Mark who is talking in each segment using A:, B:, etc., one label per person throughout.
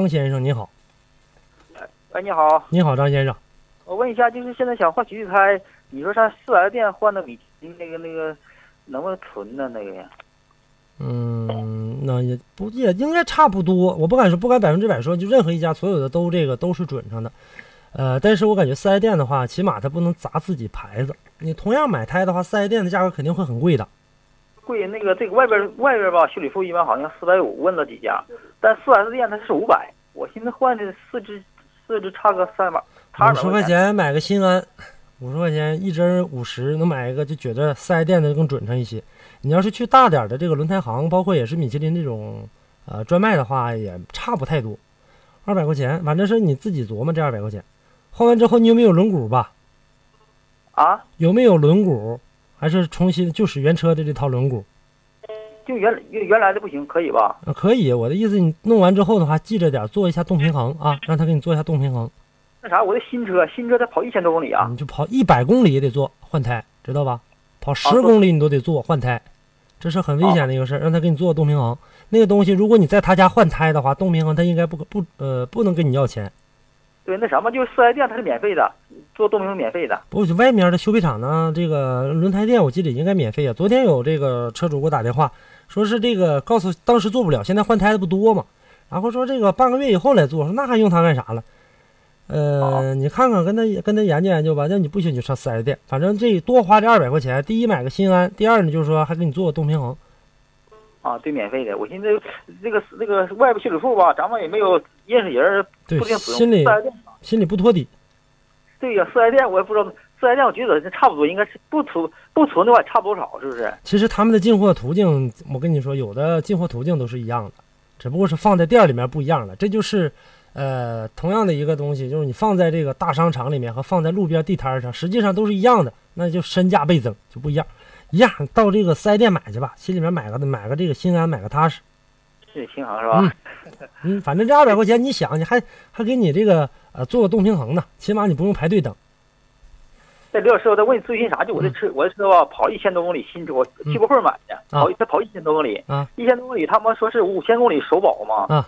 A: 张先生，你好，
B: 哎，你好，
A: 你好，张先生，
B: 我问一下，就是现在想换洗浴开，你说上四 S 店换的米其林那个那个，能不能存呢？那个呀？
A: 嗯，那也不也应该差不多，我不敢说，不敢百分之百说，就任何一家所有的都这个都是准上的，呃，但是我感觉四 S 店的话，起码它不能砸自己牌子。你同样买胎的话，四 S 店的价格肯定会很贵的。
B: 贵那个这个外边外边吧，修理费一般好像四百五，问了几家，但四 S 店它是五百，我寻思换的四只四只差个三百，差二
A: 五
B: 百
A: 十块。钱买个心安，五十块钱一针五十，能买一个就觉得四 S 店的更准成一些。你要是去大点儿的这个轮胎行，包括也是米其林这种呃专卖的话，也差不太多，二百块钱，反正是你自己琢磨这二百块钱。换完之后，你有没有轮毂吧？
B: 啊，
A: 有没有轮毂？还是重新就使原车的这套轮毂？
B: 就原来原原来的不行，可以吧？
A: 啊，可以。我的意思，你弄完之后的话，记着点儿做一下动平衡啊，让他给你做一下动平衡，
B: 那啥，我的新车，新车才跑一千多公里啊，
A: 你嗯就跑一百公里也得做换胎，知道吧？跑十
B: 啊对
A: 公里你都得做换胎，这是很危险的一个事儿。让他给你做动平衡，那个东西，如果你在他家换胎的话，动平衡他应该不可不呃不能跟你要钱。
B: 对，那什么，就是四 S 店它是免费的，做动平衡免费的。
A: 不过外面的修配厂呢，这个轮胎店我记得应该免费啊。昨天有这个车主给我打电话，说是这个告诉当时做不了，现在换胎的不多嘛，然后说这个半个月以后来做，说那还用它干啥了？呃，
B: 好
A: 你看看跟他跟他研究研究吧，要你不行你就上四 S 店，反正这多花这二百块钱，第一买个心安，第二呢就是说还给你做个动平衡，
B: 啊，对，免费的。我寻思这个这个外边修理费吧，咱们也没有认识人，
A: 对
B: 不定，使
A: 心
B: 用。
A: 里
B: 四 S 店，
A: 心里不托底。
B: 对呀，四 S 店我也不知道，四 S 店我觉得差不多，应该是不存不存的话也差不多少，是不是？
A: 其实他们的进货途径，我跟你说，有的进货途径都是一样的，只不过是放在店里面不一样了。这就是，呃，同样的一个东西，就是你放在这个大商场里面和放在路边地摊儿上，实际上都是一样的，那就身价倍增，就不一样。一样到这个四 S 店买去吧，心里面买个买个这个心安，买个踏实。
B: 是新航是吧？
A: 嗯嗯，反正这二百块钱，你想，你还还给你这个呃做个动平衡呢，起码你不用排队等。
B: 那刘老师，我再问你咨询啥？就我这车，我这车吧，跑一千多公里，新车，我
A: 嗯
B: 汽博会买的，
A: 啊
B: 跑它跑一千多公里
A: 啊，
B: 一千多公里，他们说是五千公里首保嘛，
A: 啊，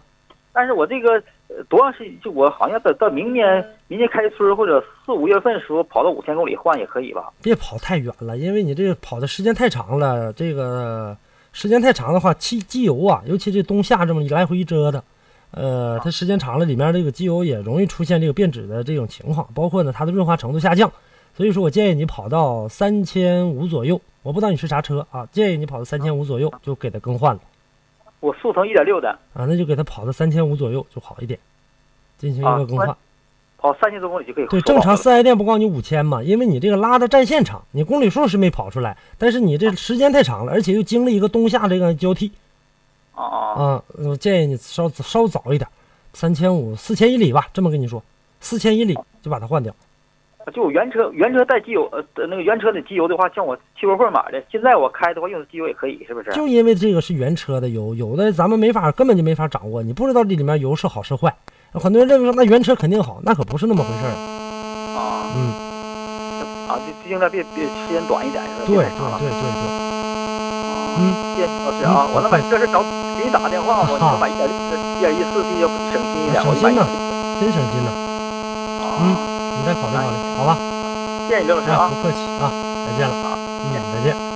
B: 但是我这个呃多长时间？就我好像到到明年，明年开春或者四五月份的时候，跑到五千公里换也可以吧？
A: 别跑太远了，因为你这个跑的时间太长了，这个时间太长的话，汽机油啊，尤其这冬夏这么一来回一折腾，呃，它时间长了，里面这个机油也容易出现这个变质的这种情况，包括呢它的润滑程度下降，所以说我建议你跑到三千五左右，我不知道你是啥车啊，建议你跑到三千五左右就给它更换了
B: 我速腾一点六的，
A: 啊，那就给它跑到三千五左右就好一点，进行一个更换。
B: 跑三千多公里就可以首保
A: 对，
B: 了。
A: 正常四 S 店不告你五千嘛，因为你这个拉的战线长，你公里数是没跑出来，但是你这时间太长了，而且又经历一个冬夏这个交替
B: 啊啊，
A: 啊、我建议你稍稍早一点，三千五、四千以里吧，这么跟你说，四千以里就把它换掉。
B: 就我原车原车带机油呃那个原车的机油的话，像我汽博会买的，现在我开的话用的机油也可以，是不是？
A: 就因为这个是原车的油，有的咱们没法，根本就没法掌握，你不知道这里面油是好是坏。很多人认为说那原车肯定好，那可不是那么回事儿。
B: 啊
A: 嗯，
B: 啊，就尽量别别时间短一点，是吧？
A: 对
B: 别
A: 对
B: 太长了
A: 对对
B: 嗯，谢谢老师啊，我能
A: 哎
B: 买这是找给你打电话，我能买一点一点一四 D 要省心一
A: 对，
B: 点，我
A: 省
B: 就买
A: 心
B: 一
A: 呢
B: 点。，
A: 真省心呢。
B: 啊，
A: 你再考虑考虑，好吧？
B: 谢谢你刘老师
A: 哎，
B: 啊。
A: 不客气啊，再见了，嗯，再见。